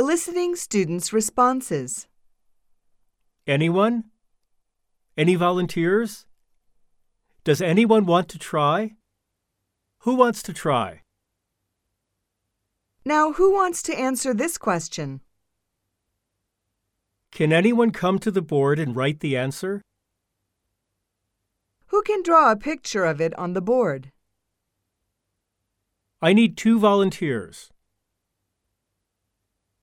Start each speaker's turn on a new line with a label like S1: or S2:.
S1: Eliciting students' responses.
S2: Anyone? Any volunteers? Does anyone want to try? Who wants to try?
S1: Now, who wants to answer this question?
S2: Can anyone come to the board and write the answer?
S1: Who can draw a picture of it on the board?
S2: I need two volunteers.